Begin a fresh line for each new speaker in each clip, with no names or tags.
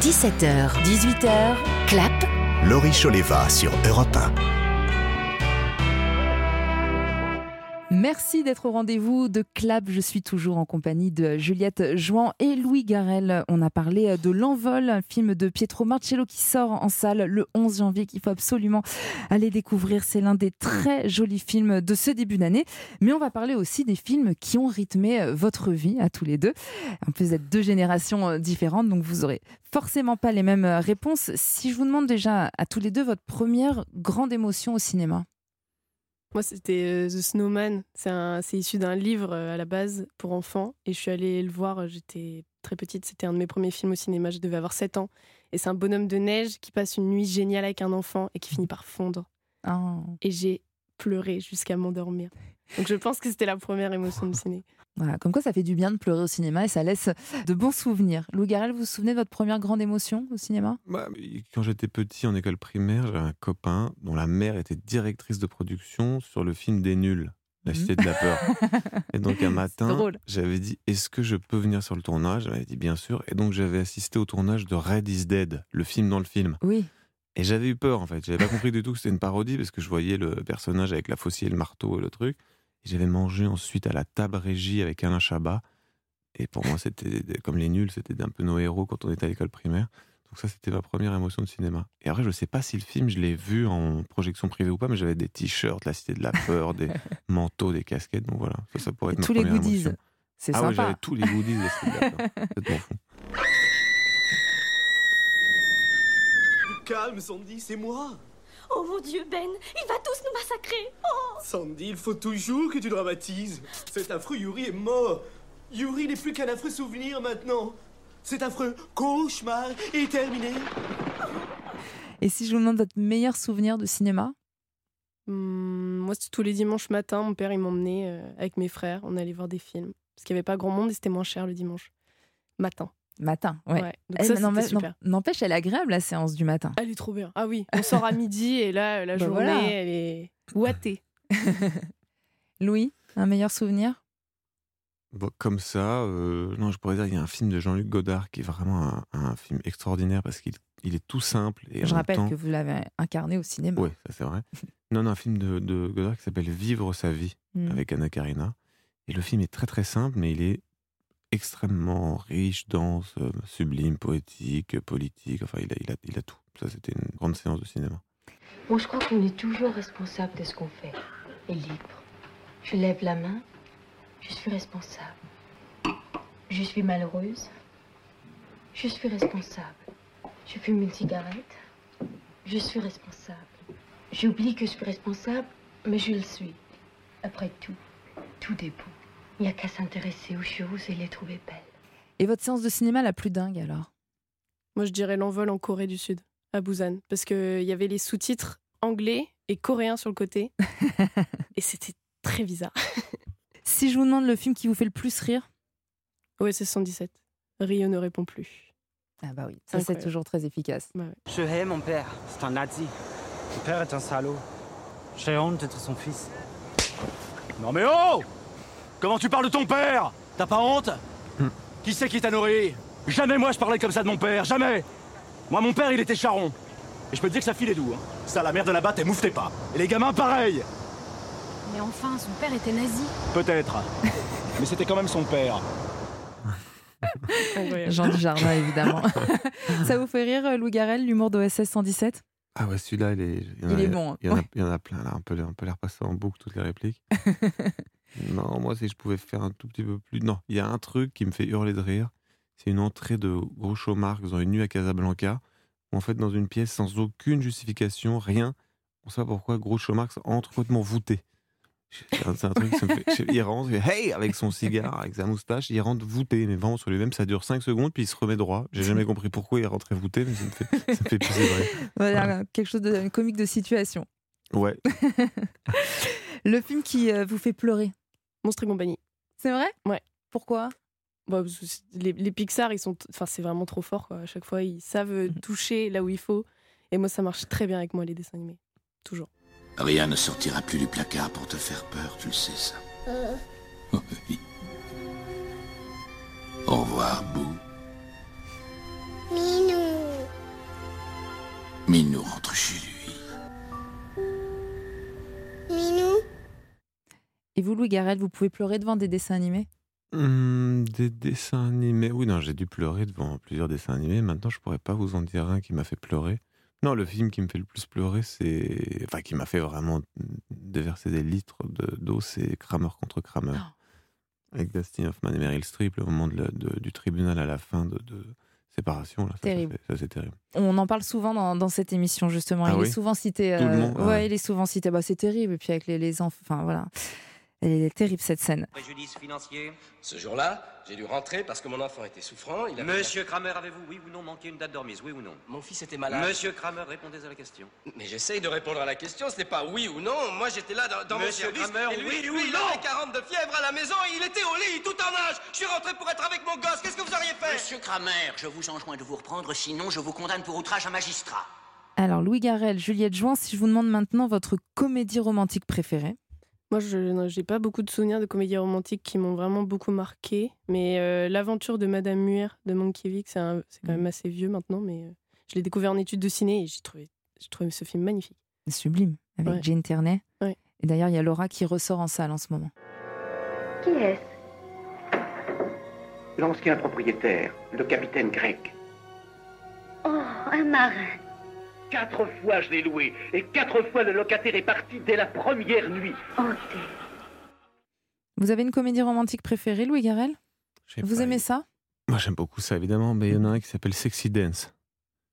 17h, 18h, clap.
Laurie Choleva sur Europe 1.
Merci d'être au rendez-vous de Clap. Je suis toujours en compagnie de Juliette Jouan et Louis Garel. On a parlé de L'Envol, un film de Pietro Marcello qui sort en salle le 11 janvier, qu'il faut absolument aller découvrir. C'est l'un des très jolis films de ce début d'année. Mais on va parler aussi des films qui ont rythmé votre vie à tous les deux. En plus d'être deux générations différentes, donc vous aurez forcément pas les mêmes réponses. Si je vous demande déjà à tous les deux votre première grande émotion au cinéma.
Moi, c'était euh, The Snowman. C'est issu d'un livre euh, à la base pour enfants. Et je suis allée le voir, euh, j'étais très petite. C'était un de mes premiers films au cinéma. Je devais avoir 7 ans. Et c'est un bonhomme de neige qui passe une nuit géniale avec un enfant et qui finit par fondre.
Oh.
Et j'ai pleuré jusqu'à m'endormir. Donc je pense que c'était la première émotion du ciné.
Voilà, comme quoi ça fait du bien de pleurer au cinéma et ça laisse de bons souvenirs. Louis Garel, vous vous souvenez de votre première grande émotion au cinéma
bah, Quand j'étais petit en école primaire, j'avais un copain dont la mère était directrice de production sur le film des nuls, La Cité de la Peur. et donc un matin, j'avais dit Est-ce que je peux venir sur le tournage Elle m'avait dit Bien sûr. Et donc j'avais assisté au tournage de Red is Dead, le film dans le film.
Oui.
Et j'avais eu peur en fait. J'avais pas compris du tout que c'était une parodie parce que je voyais le personnage avec la faucille et le marteau et le truc. J'avais mangé ensuite à la table régie avec Alain Chabat. Et pour moi, c'était comme les nuls, c'était un peu nos héros quand on était à l'école primaire. Donc ça, c'était ma première émotion de cinéma. Et après, je ne sais pas si le film, je l'ai vu en projection privée ou pas, mais j'avais des t-shirts, la cité de la peur, des manteaux, des casquettes. Donc voilà, ça, ça pourrait être ma
tous les
première
goodies.
émotion.
C'est
ah
sympa.
ouais, j'avais tous les goodies de la cité de la peur. Complètement fou.
Calme, Sandy, c'est moi.
Oh mon dieu, Ben, il va tous nous massacrer. Oh
Sandy, il faut toujours que tu dramatises. Cet affreux Yuri est mort. Yuri n'est plus qu'un affreux souvenir maintenant. Cet affreux cauchemar est terminé.
Et si je vous demande votre meilleur souvenir de cinéma
Hum, moi, c'était tous les dimanches matin, mon père, il m'emmenait euh, avec mes frères. On allait voir des films. Parce qu'il n'y avait pas grand monde et c'était moins cher le dimanche. Matin.
Matin, ouais.
Donc
Eh,
ça,
mais n'empê-
c'était super.
N'empêche, elle est agréable la séance du matin.
Elle est trop bien. Ah oui, on sort à midi et là, la
Bah
journée,
voilà.
elle est ouatée.
Louis, un meilleur souvenir
Bon, comme ça, euh, non, je pourrais dire il y a un film de Jean-Luc Godard qui est vraiment un, un film extraordinaire parce qu'il il est tout simple. Et
Je
en même
rappelle
temps-
que vous l'avez incarné au cinéma.
Oui, ça c'est vrai. Non, non, un film de, de Godard qui s'appelle Vivre sa vie
Mm.
avec Anna Karina. Et le film est très très simple, mais il est extrêmement riche, dense, euh, sublime, poétique, euh, politique. Enfin, il a, il a, il a tout. Ça, c'était une grande séance de cinéma.
Moi, je crois qu'on est toujours responsable de ce qu'on fait et libre. Je lève la main, je suis responsable. Je suis malheureuse, je suis responsable. Je fume une cigarette, je suis responsable. J'oublie que je suis responsable, mais je le suis. Après tout, tout est beau. Il n'y a qu'à s'intéresser aux choses et les trouver belles.
Et votre séance de cinéma la plus dingue alors
Moi, je dirais l'envol en Corée du Sud, à Busan, parce qu'il y avait les sous-titres anglais et coréens sur le côté. et c'était très bizarre.
Si je vous demande le film qui vous fait le plus rire
Ouais, c'est 117. Rio ne répond plus.
Ah bah oui, ça c'est
Incroyable.
toujours très efficace.
Je hais mon père, c'est un nazi. Mon père est un salaud. J'ai honte d'être son fils.
Non mais oh Comment tu parles de ton père T'as pas honte Qui c'est qui t'a nourri Jamais moi je parlais comme ça de mon père, jamais Moi mon père il était charron. Et je peux te dire que ça filait doux. Hein. Ça la merde là-bas t'es mouffeté pas. Et les gamins pareil
Mais enfin, son père était nazi.
Peut-être. mais c'était quand même son père.
Incroyable.
Jean Dujardin évidemment. ça vous fait rire euh, Louis Garel, l'humour d'OSS 117
Ah ouais, celui-là, il est, il y en
Il
a-
est bon, hein.
Il y en a,
ouais.
il y en a plein, là. On peut, les- on peut les repasser en boucle, toutes les répliques. non, moi, si je pouvais faire un tout petit peu plus. Non, il y a un truc qui me fait hurler de rire. C'est une entrée de Groucho Marx dans une nuit à Casablanca. où, en fait, dans une pièce sans aucune justification, rien. On sait pas pourquoi Groucho Marx entre complètement voûté. C'est un- c'est un truc qui me fait. je- Il rentre, il fait, hey, avec son cigare, avec sa moustache, il rentre voûté, mais vraiment sur lui-même, ça dure 5 secondes, puis il se remet droit. J'ai jamais compris pourquoi il rentrait voûté, mais ça me fait, ça me fait pisser de rire.
Voilà, quelque chose de comique de situation.
Ouais,
Le film qui euh, vous fait pleurer
Monstre et compagnie.
C'est vrai
Ouais.
Pourquoi
Bon, parce que c'est- les, les Pixar, ils sont, t- enfin, c'est vraiment trop fort. Quoi. À chaque fois, ils savent euh,
Mm.
toucher là où il faut. Et moi, ça marche très bien avec moi les dessins animés, toujours.
Rien ne sortira plus du placard pour te faire peur, tu le sais ça. Oui. Au revoir, Boo.
Minou.
Mais il nous rentre chez lui.
Minou
Et vous, Louis Garrel, vous pouvez pleurer devant des dessins animés
Hum, des dessins animés. Oui, non, j'ai dû pleurer devant plusieurs dessins animés. Maintenant, je pourrais pas vous en dire un qui m'a fait pleurer. Non, le film qui me fait le plus pleurer, c'est. Enfin, qui m'a fait vraiment déverser des litres de- d'eau, c'est Kramer contre Kramer.
Oh.
Avec Dustin Hoffman et Meryl Streep, le moment de la- de- du tribunal à la fin de, de séparation. Là, ça, ça,
Terrible.
c'est- ça, c'est terrible.
On en parle souvent dans, dans cette émission, justement.
Ah
il
oui
est souvent cité. euh,
Tout le monde, ah
ouais,
ouais.
il est souvent cité. Bah, c'est terrible. Et puis avec les, les enfants. Enfin, voilà. Elle est terrible, cette scène.
Préjudice financier Ce jour-là, j'ai dû rentrer parce que mon enfant était souffrant. Il avait
Monsieur Kramer, avez-vous, oui ou non, manqué une date de remise, oui ou non
Mon fils était malade.
Monsieur Kramer, répondez à la question.
Mais j'essaye de répondre à la question, ce n'est pas oui ou non. Moi, j'étais là dans, dans mon
Monsieur
service.
Kramer,
et lui,
oui
lui,
ou
il
non
avait 40 de fièvre à la maison et il était au lit, tout en nage. Je suis rentré pour être avec mon gosse. Qu'est-ce que vous auriez fait
Monsieur Kramer, je vous enjoins de vous reprendre, sinon je vous condamne pour outrage à magistrat.
Alors, Louis Garrel, Juliette Jouin, si je vous demande maintenant votre comédie romantique préférée.
Moi, je non, j'ai pas beaucoup de souvenirs de comédies romantiques qui m'ont vraiment beaucoup marqué, mais euh, l'aventure de Madame Muir de Mankiewicz, c'est un- c'est quand
Mmh.
même assez vieux maintenant, mais euh, je l'ai découvert en études de ciné et j'ai trouvé, j'ai trouvé ce film magnifique.
Sublime, avec
Ouais.
Jane Ternay.
Ouais.
Et d'ailleurs, il y a Laura qui ressort en salle en ce moment.
Qui est-ce
L'ancien propriétaire, le capitaine grec.
Oh, un marin.
Quatre fois je l'ai loué, et quatre fois le locataire est parti dès la première nuit.
Vous avez une comédie romantique préférée, Louis Garrel
J'ai
Vous aimez ça
Moi, j'aime beaucoup ça, évidemment, mais il y en a un qui s'appelle Sexy Dance.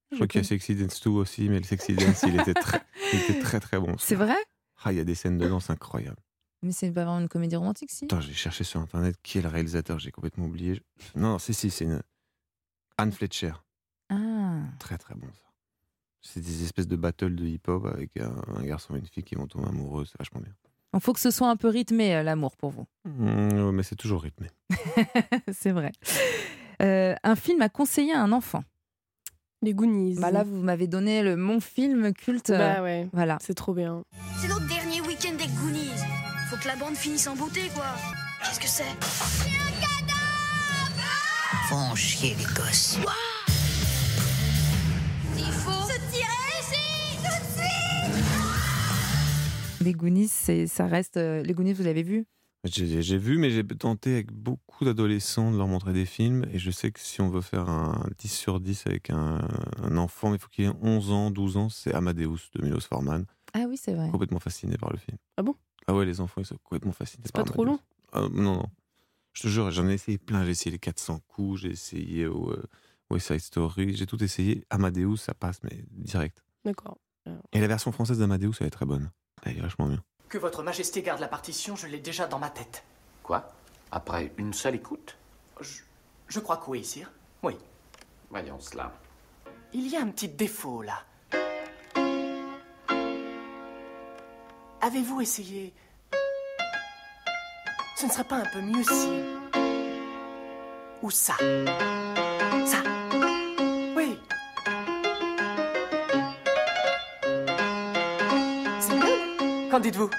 Je crois qu'il y a Sexy Dance 2 aussi, mais le Sexy Dance, il était très, il était très, très bon.
C'est vrai
Ah, il y a des scènes de danse incroyables.
Mais c'est pas vraiment une comédie romantique, si
Attends, j'ai cherché sur internet qui est le réalisateur, j'ai complètement oublié. Je- Non, non, si, si, c'est une... Anne Fletcher.
Ah.
Très, très bon ça. C'est des espèces de battles de hip-hop avec un, un garçon et une fille qui vont tomber amoureux, c'est vachement bien.
Il faut que ce soit un peu rythmé, euh, l'amour, pour vous.
Mm, ouais, mais c'est toujours rythmé.
c'est vrai. Euh, un film à conseiller à un enfant.
Les Goonies.
Bah là, vous m'avez donné le mon film culte. euh,
Bah ouais,
Voilà.
c'est trop bien.
C'est notre dernier week-end des Goonies. Faut que la bande finisse en beauté, quoi. Qu'est-ce que c'est
Font chier les gosses.
Il faut se tirer ici tout de suite
Les Goonies, c'est- ça reste. euh, les Goonies, vous l'avez vu
J'ai j'ai vu, mais j'ai tenté avec beaucoup d'adolescents de leur montrer des films. Et je sais que si on veut faire un 10 sur 10 avec un, un enfant, il faut qu'il ait 11 ans, 12 ans. C'est Amadeus de Milos Forman.
Ah oui, c'est vrai.
Complètement fasciné par le film.
Ah bon
Ah ouais, les enfants, ils sont complètement fascinés
C'est
par
pas trop
Amadeus.
long
Ah, Non, non. Je te jure, j'en ai essayé plein. J'ai essayé les 400 coups, j'ai essayé au, euh, West Side Story, j'ai tout essayé. Amadeus, ça passe, mais direct.
D'accord.
Et la version française d'Amadeus, elle est très bonne. Elle est vachement bien.
Que votre majesté garde la partition, je l'ai déjà dans ma tête.
Quoi Après une seule écoute
Je crois que oui, sire. Oui.
Voyons cela.
Il y a un petit défaut, là. Avez-vous essayé Ce ne serait pas un peu mieux si... Ou ça Ça Oui. C'est mieux Qu'en dites-vous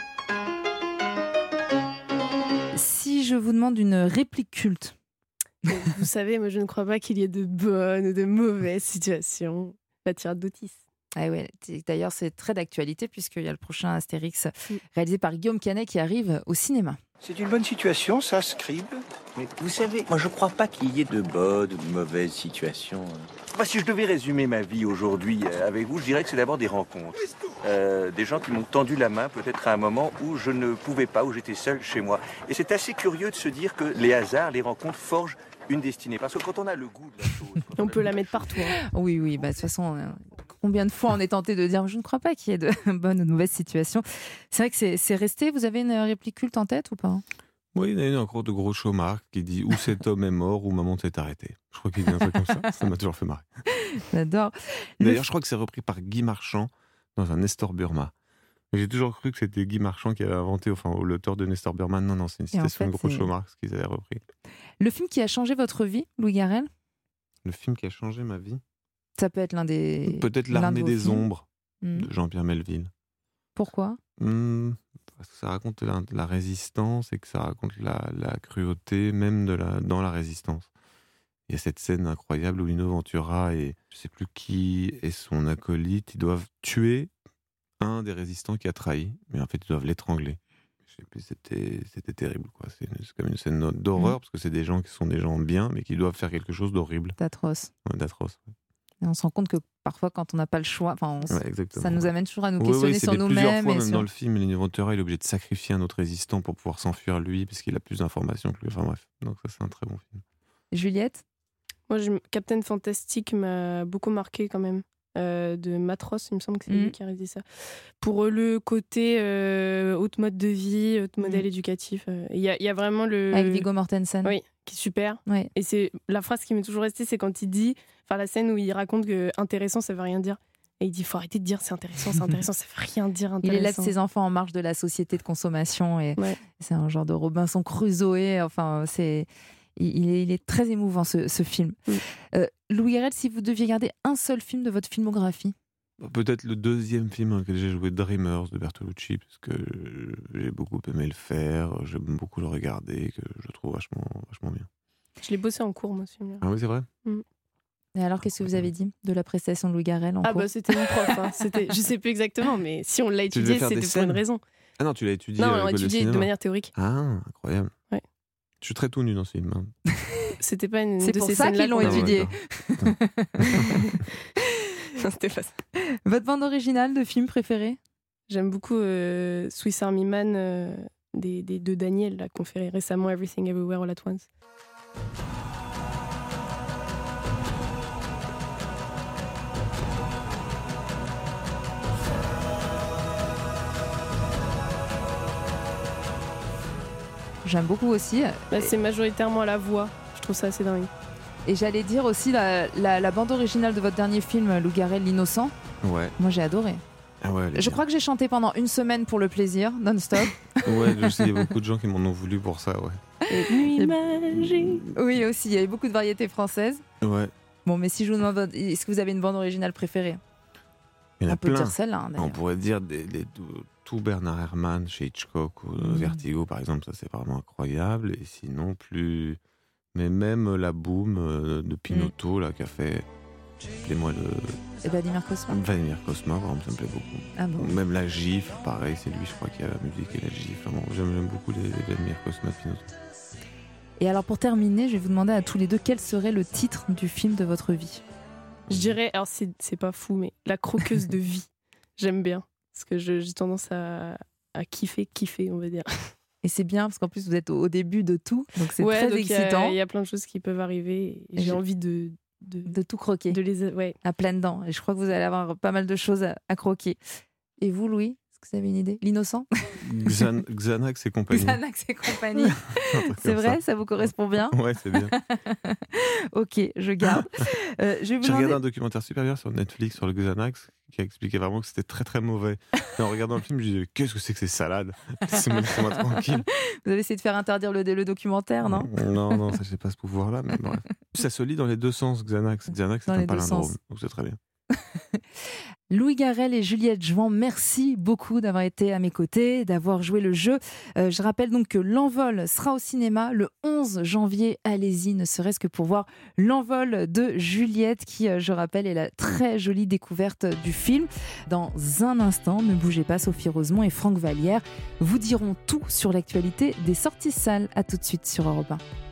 Si je vous demande une réplique culte,
Vous savez, moi je ne crois pas qu'il y ait de bonnes ou de mauvaises situations. La tirade d'Otis.
Ah ouais, t- d'ailleurs, c'est très d'actualité puisqu'il y a le prochain Astérix réalisé par Guillaume Canet qui arrive au cinéma.
C'est une bonne situation, ça, Scribe. Mais vous savez, moi je crois pas qu'il y ait de bonnes ou de mauvaises situations. hein. Moi, Bah, si je devais résumer ma vie aujourd'hui euh, avec vous, je dirais que c'est d'abord des rencontres. Euh, des gens qui m'ont tendu la main peut-être à un moment où je ne pouvais pas, où j'étais seul chez moi. Et c'est assez curieux de se dire que les hasards, les rencontres forgent une destinée. Parce que quand on a le goût de la chose... quand
On
a
peut
le
la mettre partout. hein.
Oui, oui, bah, de toute façon, euh, combien de fois on est tenté de dire je ne crois pas qu'il y ait de bonnes ou de mauvaises situations C'est vrai que c'est- c'est resté. Vous avez une réplique culte en tête ou pas
Oui, il y en a une encore de gros chômard qui dit ou cet homme est mort ou maman s'est arrêtée. Je crois qu'il dit un truc comme ça. Ça m'a toujours fait marrer.
J'adore.
D'ailleurs, je crois que c'est repris par Guy Marchand dans un Nestor Burma. Mais J'ai toujours cru que c'était Guy Marchand qui avait inventé, enfin, ou l'auteur de Nestor Burma. Non, non, c'est une
Et en
citation
fait,
de Groucho
c'est-
Marx qu'ils avaient repris.
Le film qui a changé votre vie, Louis Garrel,
Le film qui a changé ma vie.
ça peut être l'un des.
Peut-être
l'un de
L'Armée
vos
des
films.
Ombres
Mm.
de Jean-Pierre Melville.
Pourquoi
Hmm, parce que ça raconte la, la résistance et que ça raconte la, la cruauté même de la, dans la résistance. Il y a cette scène incroyable où Lino Ventura et je sais plus qui et son acolyte, ils doivent tuer un des résistants qui a trahi, mais en fait ils doivent l'étrangler. Je sais plus, c'était c'était terrible quoi. C'est c'est comme une scène d'horreur parce que c'est des gens qui sont des gens bien, mais qui doivent faire quelque chose d'horrible,
D'atroce.
Ouais, d'atroce.
Et on se rend compte que parfois, quand on n'a pas le choix, enfin, on s-
Ouais, exactement,
ça nous
ouais.
amène toujours à nous
Oui,
questionner
oui, c'est
sur
des- Plusieurs
nous-mêmes.
fois,
et
même
sur-
dans le film, l'inventeur il est obligé de sacrifier un autre résistant pour pouvoir s'enfuir lui, parce qu'il a plus d'informations que lui. Enfin bref, donc ça c'est un très bon film.
Juliette
Moi, je- Captain Fantastic m'a beaucoup marqué quand même. euh, de Matros, il me semble que c'est
Mhm.
lui qui a réalisé ça. Pour eux, le côté euh, haute mode de vie, haute modèle éducatif, euh, il y, a- il y a vraiment le.
Mhm. Avec Viggo Mortensen.
Euh, Oui, qui est super.
Ouais.
Et c'est la phrase qui m'est toujours restée, c'est quand il dit, enfin la scène où il raconte que intéressant, ça veut rien dire. Et il dit, faut arrêter de dire c'est intéressant, c'est intéressant, ça veut rien dire.
Il
Intéressant.
élève ses enfants en marge de la société de consommation et c'est un genre de Robinson Crusoe. Enfin, c'est il il est, il est très émouvant ce, ce film. Euh, Louis Garrel, si vous deviez garder un seul film de votre filmographie,
Bah, Peut-être le deuxième film dans lequel j'ai joué, Dreamers de Bertolucci, parce que j'ai beaucoup aimé le faire, j'aime beaucoup le regarder, que je trouve vachement, vachement bien.
Je l'ai bossé en cours, moi, ce film-là.
Ah oui, c'est vrai
et alors qu'est-ce que vous avez dit de la prestation de Louis Garrel en
Ah
cours
bah c'était mon prof, hein. c'était, je sais plus exactement, mais si on l'a
Tu
étudié,
devais faire des
c'était pour une
scènes
raison.
Ah non, tu l'as étudié
Non, on
à
l'a
l'école
étudié de
cinéma.
manière théorique.
Ah, incroyable.
Ouais.
Je suis très tout nu dans ce film. hein. Ah
C'était pas une
C'est
de
pour
ces
ça
scènes-là
qu'ils l'ont
qu'on a-
étudié.
Non, c'était pas ça.
Votre bande originale de film préféré
J'aime beaucoup euh, Swiss Army Man euh, des, des deux Daniel là, qu'on fait récemment Everything Everywhere All At Once.
J'aime beaucoup aussi.
Là, c'est majoritairement à la voix. Je trouve ça assez dingue.
Et j'allais dire aussi la, la- la bande originale de votre dernier film, Louis Garrel, L'innocent.
Ouais.
Moi, j'ai adoré.
Ah ouais, elle est
Je crois que j'ai chanté pendant une semaine pour le plaisir, non-stop.
bien. Ouais, je sais, il y a beaucoup de gens qui m'en ont voulu pour ça, ouais.
Oui, aussi, il y avait beaucoup de variétés françaises.
Ouais.
Bon, mais si je vous demande, votre- est-ce que vous avez une bande originale préférée
Il y en a
On peut
plein.
dire celle-là, hein, d'ailleurs.
On pourrait dire des, des- tout- tout Bernard Herrmann chez Hitchcock ou
Mm.
Vertigo, par exemple, ça c'est vraiment incroyable. Et sinon, plus. Mais même la boom euh, de
Mm.
Pinotto, là, qui a fait. Appelez-moi le.
Et Vladimir Cosma.
Vladimir Cosma, par exemple, ça me plaît beaucoup.
ben, Ah bon
Ou même la gifle, pareil, c'est lui, je crois, qui a la musique et la gifle. Bon, J'aime j'aime beaucoup les, les Vladimir Cosma Pinotto.
Et alors, pour terminer, je vais vous demander à tous les deux quel serait le titre du film de votre vie.
Je dirais, alors c'est, c'est pas fou, mais la croqueuse de vie. J'aime bien. Parce que je- j'ai tendance à, à kiffer, kiffer, on va dire.
Et c'est bien, parce qu'en plus, vous êtes au au début de tout, donc c'est
Ouais,
très
donc il y a-
excitant.
Il y, a plein de choses qui peuvent arriver.
Et
Et j'ai
je-
envie de. De,
tout croquer.
De les, ouais.
À pleines dents. Et je crois que vous allez avoir pas mal de choses à, à croquer. Et vous, Louis, est-ce que vous avez une idée L'innocent
Xan- Xanax et compagnie.
Xanax et compagnie.
Un truc
c'est
comme
vrai, ça. vous correspond bien
Ouais, c'est bien.
Ok, je garde. Euh, je vais vous
J'ai regardé
demander-
un documentaire super bien sur Netflix sur le Xanax qui expliquait vraiment que c'était très très mauvais. Et en regardant le film, je me disais qu'est-ce que c'est que ces salades Laissez-moi laissez-moi tranquille.
Vous avez essayé de faire interdire le, le documentaire, non
Non, non, ça j'ai pas ce pouvoir-là, mais bref. Ça se lit dans les deux sens, Xanax. Xanax, c'est
Dans
un
les deux
palindrome,
sens.
donc c'est très bien.
Louis Garrel et Juliette Jouan, merci beaucoup d'avoir été à mes côtés, d'avoir joué le jeu. Euh, je rappelle donc que l'envol sera au cinéma le 11 janvier. Allez-y, ne serait-ce que pour voir l'envol de Juliette, qui, euh, je rappelle, est la très jolie découverte du film. Dans un instant, ne bougez pas, Sophie Rosemont et Franck Vallière vous diront tout sur l'actualité des sorties salles. À tout de suite sur Europe 1.